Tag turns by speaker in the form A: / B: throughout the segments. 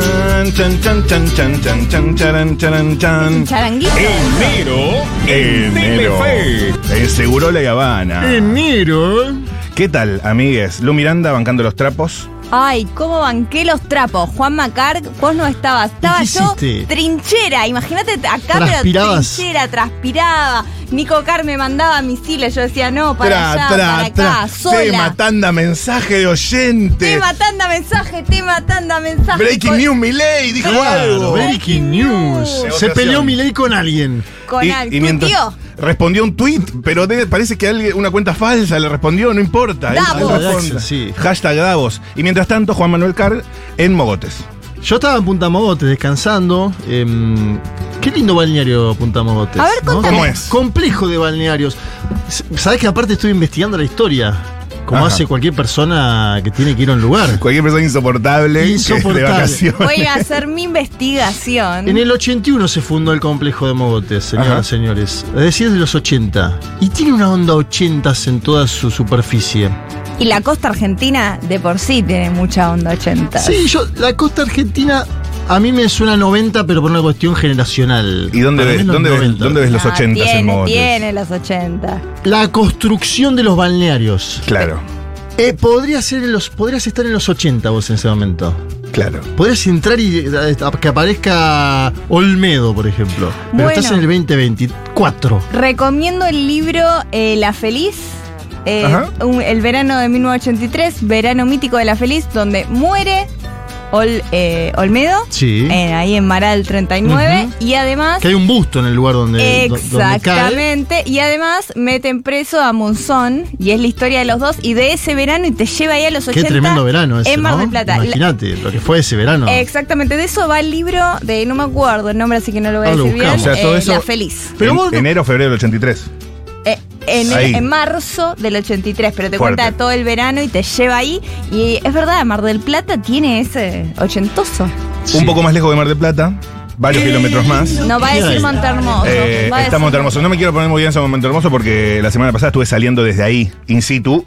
A: tan, tan, tan, tan, tan, tan, taran, taran, tan.
B: Charanguito.
A: Eh.
C: Enero en
A: Enero.
C: Telefe.
A: En Seguro La Habana.
C: Enero.
A: ¿Qué tal, amigues? Lu Miranda bancando los trapos.
B: Ay, cómo banqué los trapos. Juan Macar, vos no estabas. Estaba
D: ¿Y qué
B: yo
D: hiciste?
B: trinchera. Imagínate acá, pero
D: Transpirabas.
B: trinchera, transpiraba. Nico Car me mandaba misiles. Yo decía, no, para allá, para acá, sola.
A: Tema, tanda, mensaje de oyente.
B: Tema, tanda mensaje, tema, tanda mensaje.
A: Breaking
B: Con-
A: News, Miley, dijo
D: Claro,
A: algo.
D: breaking news. Se
A: Negociación.
D: peleó Milei con alguien.
B: Con
A: Y-
B: al-
A: y
B: tu
A: mientras-
B: tío.
A: Respondió un tweet, pero de- parece que alguien, una cuenta falsa le respondió, no importa. él
B: Davos.
A: responde.
D: Jackson, sí.
A: Hashtag Davos. Y mientras tanto, Juan Manuel Carr en Mogotes.
D: Yo estaba en Punta Mogotes descansando. em, qué lindo balneario Punta Mogotes.
B: A ver, contame.
A: ¿Cómo es?
D: Complejo de balnearios. S- Sabés que aparte estoy investigando la historia. Como
A: Ajá.
D: hace cualquier persona que tiene que ir a un lugar.
A: Cualquier persona insoportable, que-
D: Insoportable.
A: de vacaciones.
B: Voy a hacer mi investigación.
D: En el 81 se fundó el complejo de Mogotes, señoras
A: Ajá.
D: y señores. Es decir, de los 80. Y tiene una onda 80 en toda su superficie.
B: Y la costa argentina de por sí tiene mucha onda 80.
D: Sí, yo, la costa argentina a mí me suena 90, pero por una cuestión generacional.
A: ¿Y dónde
D: Para mí
A: ves,
D: los
A: dónde ves-
D: 90.
A: dónde ves los
B: Ah,
A: 80
B: tiene,
A: en Mogotes?
B: Tiene los 80.
D: La construcción de los balnearios.
A: Claro,
D: Eh, podría ser en los, podrías estar en los 80 vos en ese momento.
A: claro.
D: Podrías entrar y eh, que aparezca Olmedo, por ejemplo. Pero
B: Bueno.
D: estás en el 2024.
B: Recomiendo el libro eh, La Feliz. eh,
A: Ajá.
B: un- el verano de 1983, verano mítico de La Feliz, donde muere Ol- eh, Olmedo,
D: Sí.
B: eh, ahí en Maral 39, y además...
D: Que hay un busto en el lugar donde, Eh, do- donde cae.
B: Exactamente, y además meten preso a Monzón, y es la historia de los dos, y de ese verano, y te lleva ahí a los 80.
D: Qué tremendo verano ese,
B: En Mar
D: ¿no?
B: del Plata. La-
D: Imagínate lo que fue ese verano.
B: Exactamente, de eso va el libro de, no me acuerdo el nombre, así que no lo voy a
D: Ahora lo
B: decir bien,
D: buscamos.
A: O sea, todo
B: eh,
A: eso-
B: La Feliz.
D: Pero
A: En-
D: vos no-
A: Enero, febrero del 83.
B: Eh, en,
A: Ahí.
B: en marzo del 83, pero te
A: Fuerte.
B: cuenta todo el verano y te lleva ahí. Y es verdad, Mar del Plata tiene ese ochentoso.
D: Sí.
A: Un poco más lejos de Mar del Plata, varios kilómetros más.
B: No va a decir
D: Ahí.
B: Montermoso.
A: Eh,
B: va a
A: está
B: decir-
A: Monte Hermoso. No me quiero poner muy bien en Monte Hermoso porque la semana pasada estuve saliendo desde ahí, in situ.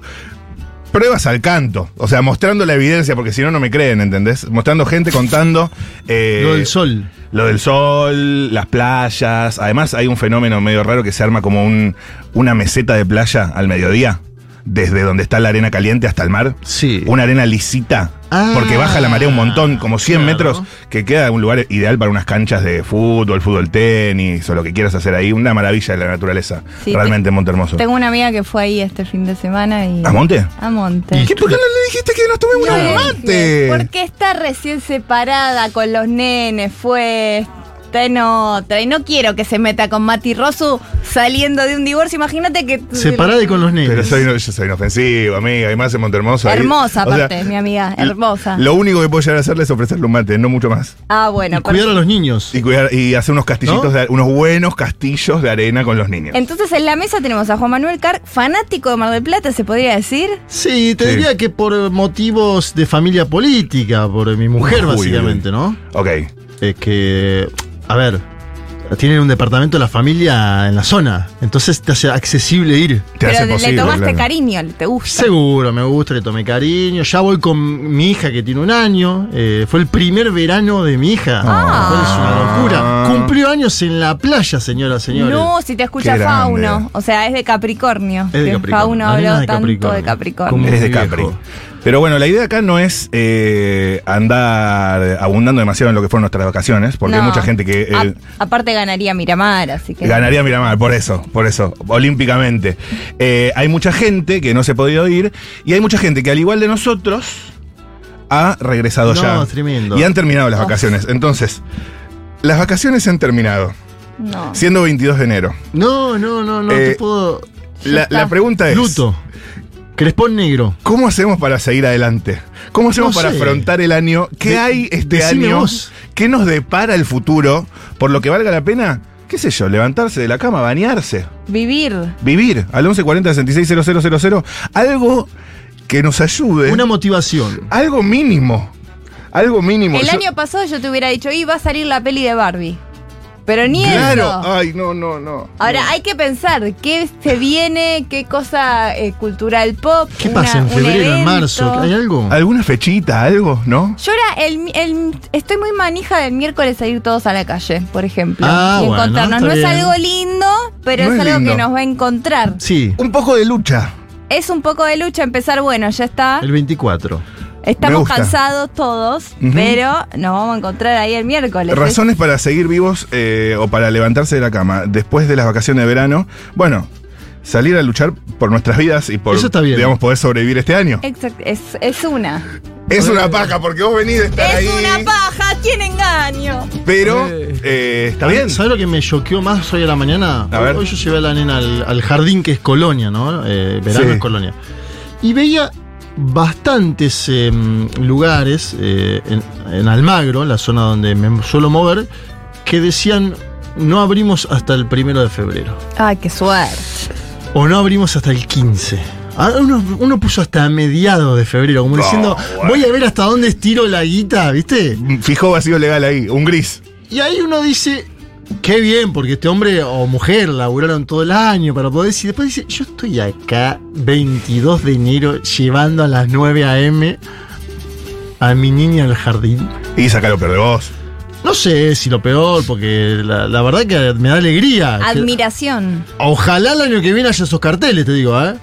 A: Pruebas al canto, o sea, mostrando la evidencia, porque si no, no me creen, ¿entendés? Mostrando gente contando. eh,
D: Lo del sol.
A: Lo del sol, las playas. Además, hay un fenómeno medio raro que se arma como un, una meseta de playa al mediodía. Desde donde está la arena caliente hasta el mar.
D: Sí.
A: Una arena lisita.
D: Ah,
A: porque baja la marea un montón, como 100
D: claro.
A: metros, que queda un lugar ideal para unas canchas de fútbol, fútbol, tenis o lo que quieras hacer ahí. Una maravilla de la naturaleza.
B: Sí,
A: realmente, en Monte Hermoso.
B: Tengo una amiga que fue ahí este fin de semana y.
A: ¿A Monte?
B: A Monte.
A: ¿Qué, ¿Por qué no le dijiste que nos tomemos
B: No le
A: un
B: dije,
A: mate?
B: Porque está recién separada con los nenes, fue. Está en otra. Y no quiero que se meta con Mati Rosu saliendo de un divorcio. Imagínate que.
D: Separada y con los
A: Pero
D: negros.
A: soy, yo soy inofensivo, amiga, y más en Montermoso. ahí-
B: Hermosa,
A: o sea,
B: aparte, mi amiga, hermosa.
A: Lo único que puedo llegar a hacerle es ofrecerle un mate, no mucho más.
B: Ah, bueno, perfecto.
D: Cuidar a los niños.
A: Y cuidar, y hacer unos castillitos,
D: ¿No?
A: de- unos buenos castillos de arena con los niños.
B: Entonces en la mesa tenemos a Juan Manuel Carr, fanático de Mar del Plata, se podría decir.
D: Sí, te
A: Sí.
D: diría que por motivos de familia política, por mi mujer
A: Uy,
D: básicamente,
A: uy.
D: ¿no?
A: Ok.
D: Es que, a ver, tienen un departamento de la familia en la zona, entonces te hace accesible ir.
A: Te
B: pero
A: hace
B: le
A: posible.
B: tomaste
A: claro.
B: cariño, te gusta.
D: Seguro, me gusta, le tomé cariño. Ya voy con mi hija que tiene un año. eh, fue el primer verano de mi hija.
B: Ah.
D: Fue una locura. Cumplió años en la playa, señoras, señores.
B: No, si te escucha
A: Qué grande.
B: Fauno. O sea, es de Capricornio.
D: Es de
B: que
D: Capricornio.
B: Fauno
D: La nena
B: habló
D: de
B: tanto de
D: Capricornio.
B: Capricornio.
D: Como-
A: Eres de
D: Muy
A: Capri.
D: viejo.
A: Pero bueno, la idea acá no es eh, andar abundando demasiado en lo que fueron nuestras vacaciones, porque hay
B: No. Ah,
A: mucha gente que eh,
B: A- aparte ganaría Miramar, así que.
A: ganaría Miramar, por eso, por eso, olímpicamente. Eh, hay mucha gente que no se ha podido ir, y hay mucha gente que al igual de nosotros ha regresado
D: No,
A: ya.
D: es tremendo.
A: Y han terminado las
B: Oh.
A: vacaciones. Entonces, las vacaciones se han terminado,
B: No.
A: siendo 22 de enero.
D: No, no, no, no
A: Eh,
D: te puedo.
A: La,
B: está.
A: la pregunta es:
D: Luto. Crespón negro.
A: ¿Cómo hacemos para seguir adelante? ¿Cómo hacemos
D: No
A: para
D: sé.
A: afrontar el año? ¿Qué
D: De-
A: hay este
D: decime
A: año?
D: vos.
A: ¿Qué nos depara el futuro? Por lo que valga la pena, qué sé yo, levantarse de la cama, bañarse,
B: Vivir.
A: vivir al 1140-660000. Algo que nos ayude.
D: Una motivación.
A: Algo mínimo. Algo mínimo.
B: El
A: Yo-
B: año pasado yo te hubiera dicho, y va a salir la peli de Barbie. Pero ni
A: Claro.
B: eso.
A: Ay, no, no, no.
B: Ahora, hay que pensar qué se viene, qué cosa eh, cultural pop.
D: ¿Qué
B: una-
D: pasa en
B: un
D: febrero, en
B: evento.
D: marzo? ¿Hay algo?
A: ¿Alguna fechita, algo? ¿No?
B: Yo ahora, el, mi- el- estoy muy manija del miércoles salir todos a la calle, por ejemplo.
D: Ah,
B: y
D: bueno,
B: encontrarnos.
D: está
B: no es
D: bien.
B: algo lindo, pero
A: No
B: es,
A: es
B: algo
A: lindo.
B: que nos va a encontrar.
D: Sí,
A: Un poco de lucha.
B: Es un poco de lucha empezar, bueno, ya está.
D: el 24.
A: Me
B: Estamos
A: gusta.
B: cansados todos,
A: Ujú.
B: pero nos vamos a encontrar ahí el miércoles.
A: Razones para seguir vivos eh, o para levantarse de la cama después de las vacaciones de verano. Bueno, salir a luchar por nuestras vidas y por,
D: Eso está bien.
A: digamos, poder sobrevivir este año.
B: Es, exact- es- es una.
A: Es una paja porque vos venís de estar ahí.
B: Es una paja, ¿quién engaño?
A: Pero
D: Eh.
A: eh, está bien.
D: ¿Sabes lo que me choqueó más hoy a la mañana?
A: A
D: Hoy-
A: ver.
D: Hoy yo llevé a la nena al, al jardín que es Colonia, ¿no? Eh, verano
A: Sí.
D: es Colonia. Y veía bastantes eh, lugares eh, en, en Almagro, la zona donde me suelo mover, que decían no abrimos hasta el primero de febrero.
B: Ay, qué suerte.
D: O no abrimos hasta el 15. Ah, Uno, uno puso hasta mediados de febrero, como
A: No,
D: diciendo,
A: Ah, bueno.
D: voy a ver hasta dónde estiro la guita, ¿viste?
A: Fijó vacío legal ahí, un gris.
D: Y ahí uno dice, qué bien, porque este hombre o mujer laburaron todo el año para poder decir. Después dice, yo estoy acá 22 de enero llevando a las 9 a.m. a mi niña al jardín.
A: Y saca lo peor de vos.
D: No sé si lo peor, porque la, la verdad que me da alegría.
B: Admiración.
D: Ojalá el año que viene haya esos carteles, te digo, ¿eh?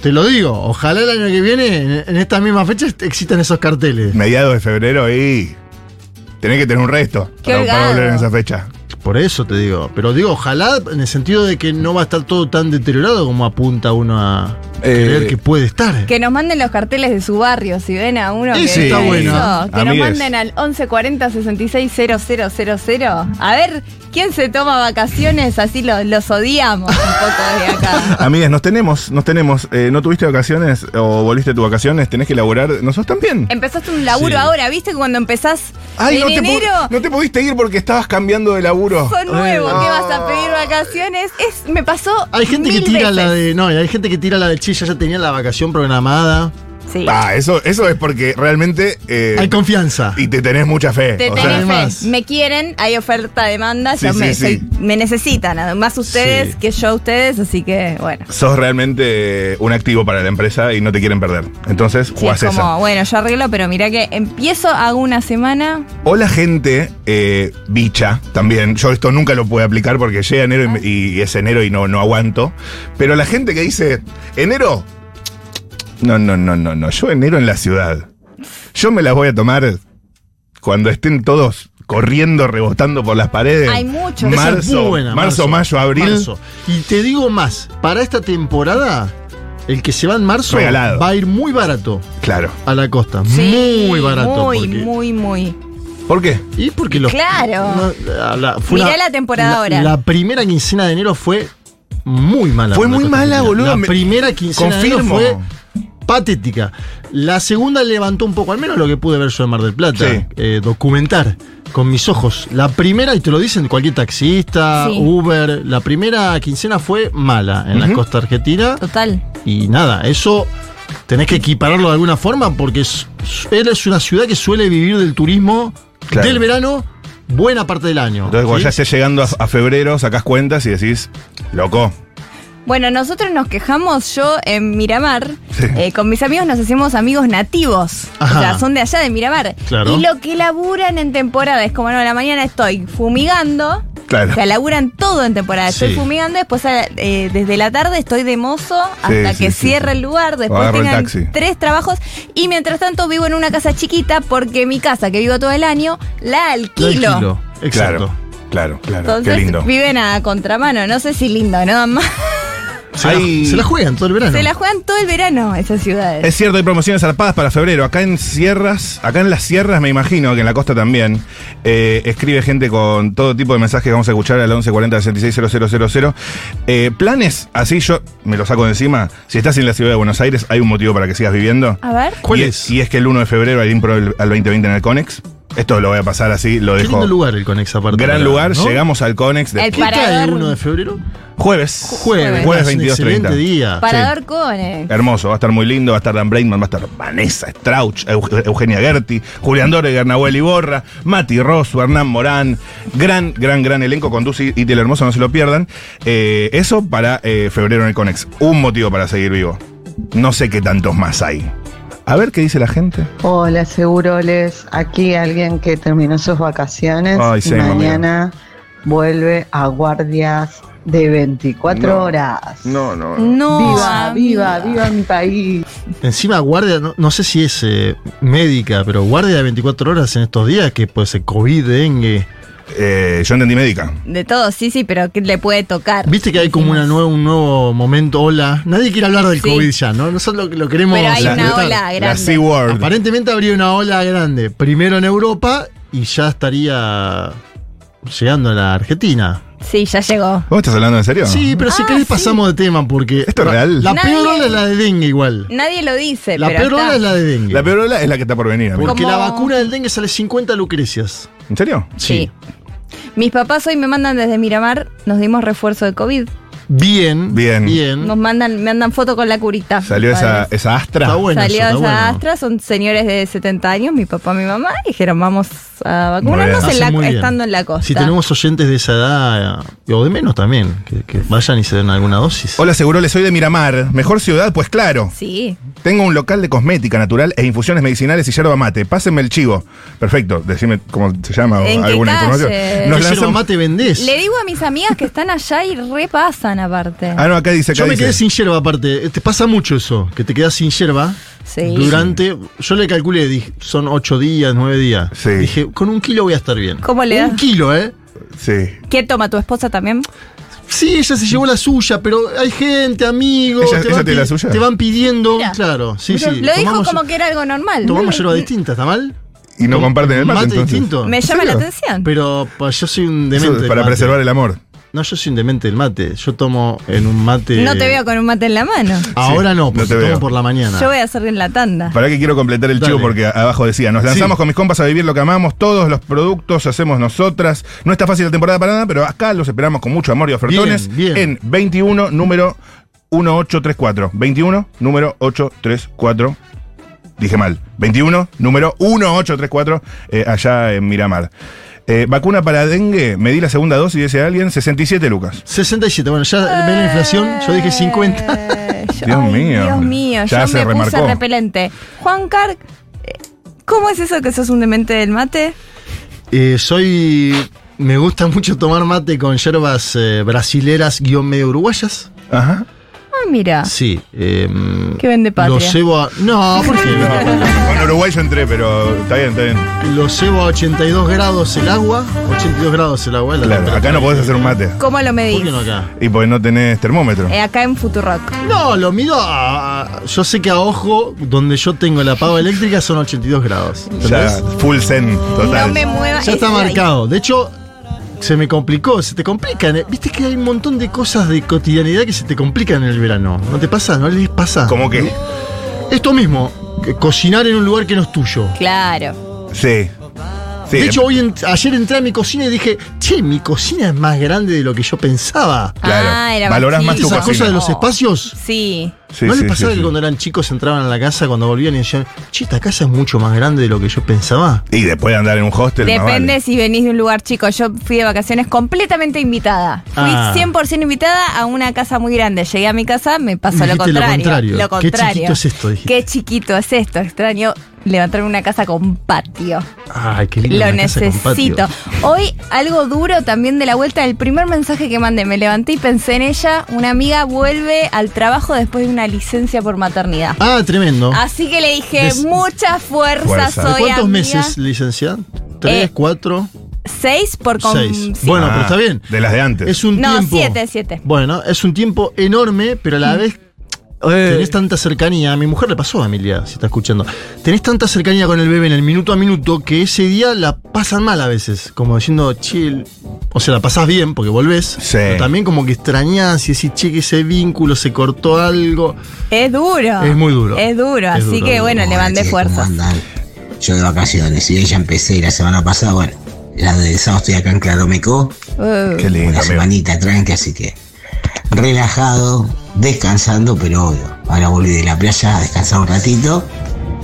D: Te lo digo, ojalá el año que viene, en, en estas mismas fechas, existan esos carteles.
A: Mediados de febrero ahí. Tenés que tener un resto
B: Qué
A: para, para
B: holgado.
A: volver en esa fecha.
D: Por eso te digo. Pero digo, ojalá, en el sentido de que no va a estar todo tan deteriorado como apunta uno a
A: Eh,
D: creer que puede estar.
B: Que nos manden los carteles de su barrio, si ven a uno
D: Ese
B: que
D: está
B: hizo,
D: bueno.
B: Que nos
A: Amigues.
B: manden al 1140 66 000. A ver, ¿quién se toma vacaciones? Así lo- los odiamos un poco desde acá.
A: Amigas, nos tenemos, nos tenemos. Eh, ¿No tuviste vacaciones o volviste tu vacaciones? Tenés que laburar. Nosotros también.
B: Empezaste un laburo
D: Sí.
B: ahora, ¿viste? que Cuando empezás
A: Ay,
B: en
A: no te, pu-
B: enero,
A: no te pudiste ir porque estabas cambiando de laburo.
B: son nuevos.
A: Ay.
B: ¿Qué vas a pedir vacaciones? Es, me pasó
D: Hay gente que
B: mil
D: tira
B: veces.
D: la de. No, y hay gente que tira la de che, ya, ya tenía la vacación programada.
B: Sí.
A: Ah, eso, eso es porque realmente. eh,
D: Hay confianza.
A: y te tenés mucha fe.
B: Te
A: o
B: tenés
A: sea,
B: fe.
D: además-
B: Me quieren, hay oferta, demanda,
A: Sí,
B: yo
A: sí,
B: me,
A: sí.
B: soy- me necesitan, además ustedes
D: Sí.
B: que yo a ustedes, así que bueno.
A: Sos realmente eh, un activo para la empresa y no te quieren perder. Entonces,
B: Sí,
A: jugás
B: es como,
A: esa.
B: bueno, yo arreglo, pero mirá que empiezo, hago una semana.
A: O la gente eh, bicha también. Yo esto nunca lo pude aplicar porque llega enero y me- y, es enero y no, no aguanto. Pero la gente que dice, enero. No, no, no, no, no. Yo enero en la ciudad. Yo me las voy a tomar cuando estén todos corriendo, rebotando por las paredes.
B: Hay muchos. Esa es
D: Esa es
A: Marzo,
D: muy buena,
A: marzo, mayo, abril.
D: marzo. Y te digo más, para esta temporada, el que se va en marzo
A: Regalado.
D: va a ir muy barato
A: Claro.
D: a la costa.
B: Sí,
D: muy barato.
B: Muy,
D: porque-
B: muy, muy.
A: ¿Por qué?
D: Y porque los.
B: Claro.
D: no, la,
B: Mirá la temporada ahora.
D: La primera quincena de enero fue muy mala.
A: Fue
D: para
A: muy
D: la
A: mala,
D: Argentina.
A: boludo,
D: La
A: me-
D: primera quincena
A: confirmo.
D: de enero fue patética. La segunda levantó un poco, al menos lo que pude ver yo en Mar del Plata.
A: Sí.
D: eh, documentar con mis ojos. La primera, y te lo dicen cualquier taxista,
B: Sí.
D: Uber, la primera quincena fue mala en la
A: Ujú.
D: costa argentina.
B: Total.
D: Y nada, eso tenés que equipararlo de alguna forma porque es- él es una ciudad que suele vivir del turismo
A: Claro.
D: del verano buena parte del año.
A: Entonces, cuando
D: ¿sí?
A: ya estés llegando a, a febrero, sacás cuentas y decís, loco.
B: Bueno, nosotros nos quejamos, yo en Miramar,
A: Sí.
B: eh, con mis amigos nos hacemos amigos nativos.
D: Ajá.
B: O sea, son de allá, de Miramar.
D: Claro.
B: Y lo que laburan en temporada es como, no, a la mañana estoy fumigando.
A: Claro.
B: O sea, laburan todo en temporada. Estoy
D: Sí.
B: fumigando, después a la- eh, desde la tarde estoy de mozo hasta
A: Sí, sí,
B: que
A: sí,
B: cierre
A: sí.
B: el lugar,
A: O
B: después
A: agarro el
B: tengan
A: taxi.
B: tres trabajos. Y mientras tanto vivo en una casa chiquita porque mi casa, que vivo todo el año, la
D: Lo del
B: alquilo.
D: kilo, Exacto.
A: Claro, claro, claro.
B: Entonces
A: Qué lindo.
B: viven a contramano, no sé si lindo, ¿no? Más
D: Se,
A: Hay-
D: la, se la juegan todo el verano.
B: Se la juegan todo el verano esas ciudades.
A: Es cierto, hay promociones zarpadas para febrero. Acá en sierras, acá en las sierras me imagino que en la costa también. eh, escribe gente con todo tipo de mensajes que vamos a escuchar al 1140 660000. Eh, planes, así yo me lo saco de encima. Si estás en la ciudad de Buenos Aires, hay un motivo para que sigas viviendo.
B: A ver.
D: ¿Cuál
A: y
D: es?
A: Y es que el 1 de febrero hay impro al 2020 en el Conex. Esto lo voy a pasar así, lo
D: Qué
A: dejo.
D: lindo lugar el Conex aparte.
A: Gran
D: para-
A: lugar,
D: ¿no?
A: llegamos al Conex de
B: El
D: ¿Qué cae el
B: Parador.
D: 1 de febrero?
A: jueves. Jueves
D: Jueves. es un
A: 22,
D: Excelente
A: 30.
D: día.
B: Parador Conex.
A: Hermoso, va a estar muy lindo, va a estar Dan Brainman, va a estar Vanessa Strauch, Eug- Eugenia Gerti, Julián Doregar, Nahuel Iborra, Mati Rosso, Hernán Morán, gran, gran, gran elenco, conduce y Tele Hermoso, no se lo pierdan. Eh, eso para eh, febrero en el Conex. Un motivo para seguir vivo. No sé qué tantos más hay. A ver qué dice la gente.
E: Hola, Seguroles. Aquí alguien que terminó sus vacaciones
A: Ay, sí,
E: y
A: mamá.
E: mañana vuelve a guardias de 24
A: No.
E: horas.
A: no.
B: No.
E: Viva, viva,
B: amiga.
E: viva mi país.
D: Encima, guardia, no, no sé si es eh, médica, pero guardia de 24 horas en estos días, que puede ser COVID, dengue.
A: yo entendí médica.
B: De todo, sí, sí, pero ¿qué le puede tocar?
D: Viste que hay como una nueva, un nuevo momento, ola. Nadie quiere hablar del
B: Sí.
D: COVID ya, ¿no? Nosotros lo, lo queremos.
B: Pero hay una
D: explotar.
B: ola
A: La
B: grande.
A: Sea World.
D: Aparentemente habría una ola grande. Primero en Europa y ya estaría llegando a la Argentina.
B: Sí, ya llegó.
A: ¿Vos estás hablando en serio?
D: Sí, pero si
B: Ah,
D: querés
B: sí.
D: pasamos de tema porque.
A: ¿Esto es
D: la-
A: real?
D: La
B: Nadie-
D: peor ola es la de dengue igual.
B: Nadie lo dice,
D: La
B: pero
D: peor
B: está.
D: ola es la de dengue.
A: La peor ola es la que está por venir. amigo.
D: Porque
B: Como-
D: la vacuna del dengue sale 50 lucrecias.
A: ¿En serio?
B: Sí. Mis papás hoy me mandan desde Miramar, nos dimos refuerzo de COVID.
D: Bien.
A: Bien.
D: Bien.
B: Nos mandan, me mandan foto con la curita.
A: Salió
B: mis
A: esa,
B: padres.
A: esa astra.
D: Mm. Está bueno.
B: Salió
D: eso, está
B: esa
D: bueno.
B: astra, son señores de 70 años, mi papá, mi mamá, y dijeron vamos a vacunarnos
A: Muy
B: en
D: Hacen
B: la-
D: muy bien.
B: estando en la costa.
D: Si tenemos oyentes de esa edad, eh, o de menos también, que, que vayan y se den alguna dosis.
A: Hola, seguro, le soy de Miramar. ¿Mejor ciudad? Pues claro.
B: Sí,
A: Tengo un local de cosmética natural e infusiones medicinales y yerba mate. Pásenme el chivo. Perfecto, decime cómo se llama
B: ¿En
A: o
B: qué
A: alguna
B: calle?
A: información.
D: ¿Qué
A: Nos
D: yerba
A: lanzamos...
D: mate vendés?
B: le digo a mis amigas que están allá y repasan aparte.
A: Ah, no, acá dice acá
D: Yo me
A: dice.
D: quedé sin yerba aparte. Eh, Te pasa mucho eso, que te quedas sin yerba
B: Sí.
D: durante. Yo le calculé, dije, son 8 días, 9 días.
A: Sí.
D: Dije, con un kilo voy a estar bien.
B: ¿Cómo le
D: Un
B: das?
D: kilo, ¿eh?
A: Sí.
B: ¿Qué toma tu esposa también?
D: Sí, ella se llevó la suya, pero hay gente, amigos.
A: ¿Ella- ella tiene
D: van pi-
A: la suya?
D: Te van pidiendo.
B: Mira.
D: Claro, sí, sí.
B: Lo dijo
D: Tomamos-
B: como que era algo normal.
D: Tomamos yerba distinta, ¿está mal?
A: Y no comparten el mate, entonces.
D: distinto.
B: Me llama
A: ¿En
B: la
A: serio?
B: atención.
D: Pero pues, yo soy un
A: Eso
D: demente. del
A: para
D: mate.
A: preservar el amor.
D: No, yo soy un demente del mate. Yo tomo en un mate.
B: No te veo con un mate en la mano.
D: Ahora
A: Sí,
D: no, porque
A: no te
D: tomo
A: veo.
D: por la mañana.
B: Yo voy a hacer en la tanda.
A: Para que quiero completar el
D: Dale.
A: chivo porque abajo decía, nos lanzamos
D: Sí.
A: con mis compas a vivir lo que amamos, todos los productos hacemos nosotras. No está fácil la temporada para nada, pero acá los esperamos con mucho amor y ofertones
D: Bien,
A: en
D: bien.
A: 21 número 1834. 21 número 834. Dije mal. 21 número 1834 eh, allá en Miramar. Eh, vacuna para dengue, me di la segunda dosis, dice alguien, 67 lucas.
D: 67, bueno, ya
B: Ah.
D: ve la inflación, yo dije 50.
B: Eh, yo-
A: Dios
B: ay,
A: mío.
B: Dios mío,
A: Ya
B: yo
A: se
B: me
A: remarcó.
B: puse repelente. Juan Carc, eh, ¿cómo es eso que sos un demente del mate?
D: Eh, soy. Me gusta mucho tomar mate con hierbas eh, brasileras guión medio uruguayas.
A: Ajá.
B: Ah, mira.
D: Sí. eh,
B: Qué vende patria.
D: Lo cebo a. No, ¿por qué?
A: Bueno, Uruguay yo entré, pero está bien, está bien.
D: Lo cebo a 82 grados el agua. 82 grados el agua. la
A: Claro,
D: temperatura.
A: acá no podés hacer un mate.
B: ¿Cómo lo medís?
D: ¿Por qué no acá?
A: Y pues no tenés termómetro.
B: Eh, acá en Futurock.
D: No, lo mido a, a- Yo sé que a ojo, donde yo tengo la pava eléctrica son 82 grados.
A: Ya,
D: ¿entendés?
A: full zen, total.
B: No me muevas.
D: Ya está
B: Ay,
D: marcado. De hecho, se me complicó, se te complican. eh. Viste que hay un montón de cosas de cotidianidad que se te complican en el verano. ¿No te pasa? ¿No les pasa?
A: Como que,
D: Esto mismo, que cocinar en un lugar que no es tuyo.
B: Claro.
A: sí. Sí,
D: De hecho, hoy en- ayer entré a mi cocina y dije, che, mi cocina es más grande de lo que yo pensaba.
A: Claro.
B: Ah, era
A: Valorás más tu
B: chico.
D: Esa cosa
A: cocina.
D: de los espacios.
B: Sí.
A: sí,
D: ¿No
A: sí,
D: les
A: sí,
D: pasaba
A: sí.
D: que cuando eran chicos entraban a la casa, cuando volvían y decían, che, esta casa es mucho más grande de lo que yo pensaba?
A: Y después de andar en un hostel, más
B: Depende
A: vale.
B: si venís de un lugar chico. Yo fui de vacaciones completamente invitada. Fui
D: Ah.
B: 100% invitada a una casa muy grande. Llegué a mi casa, me pasó lo
D: Dijiste
B: contrario.
D: lo contrario.
B: Lo
D: Qué
B: contrario.
D: chiquito es esto, dijiste.
B: Qué chiquito es esto. Extraño levantarme una casa con patio.
D: Ay, qué lindo.
B: Lo
D: una casa con
B: necesito.
D: patio.
B: Hoy algo duro también de la vuelta. El primer mensaje que mandé, me levanté y pensé en ella. Una amiga vuelve al trabajo después de una licencia por maternidad.
D: Ah, tremendo.
B: Así que le dije,
D: Des-
B: mucha fuerza,
A: Fuerza.
B: soy amiga".
D: ¿Cuántos meses, licenciada? ¿Tres,
B: Eh,
D: cuatro,
B: Seis por con...
D: seis?
B: sí.
D: Bueno,
A: Ah,
D: pero está bien.
A: De las de antes.
D: Es un
B: No,
D: tiempo.
B: siete, siete. Mm.
D: Bueno, es un tiempo enorme, pero a la vez
A: Eh.
D: tenés tanta cercanía. A mi mujer le pasó, Emilia, si está escuchando. Tenés tanta cercanía con el bebé en el minuto a minuto que ese día la pasan mal a veces. Como diciendo, chill. O sea, la pasás bien porque volvés.
A: Sí.
D: Pero también como que extrañás y decís, che, que ese vínculo se cortó algo.
B: Es duro.
D: Es muy duro.
B: Es duro,
D: Es
B: así
D: duro,
B: que
D: es
B: bueno, le mandé fuerza.
F: yo de vacaciones. Y ella empecé y la semana pasada, bueno, la de sábado estoy acá en Claromecó.
B: Uh,
A: Qué lindo,
F: Una
A: amigo.
F: semanita tranqui, así que relajado, descansando, pero obvio. Ahora volví de la playa a descansar un ratito.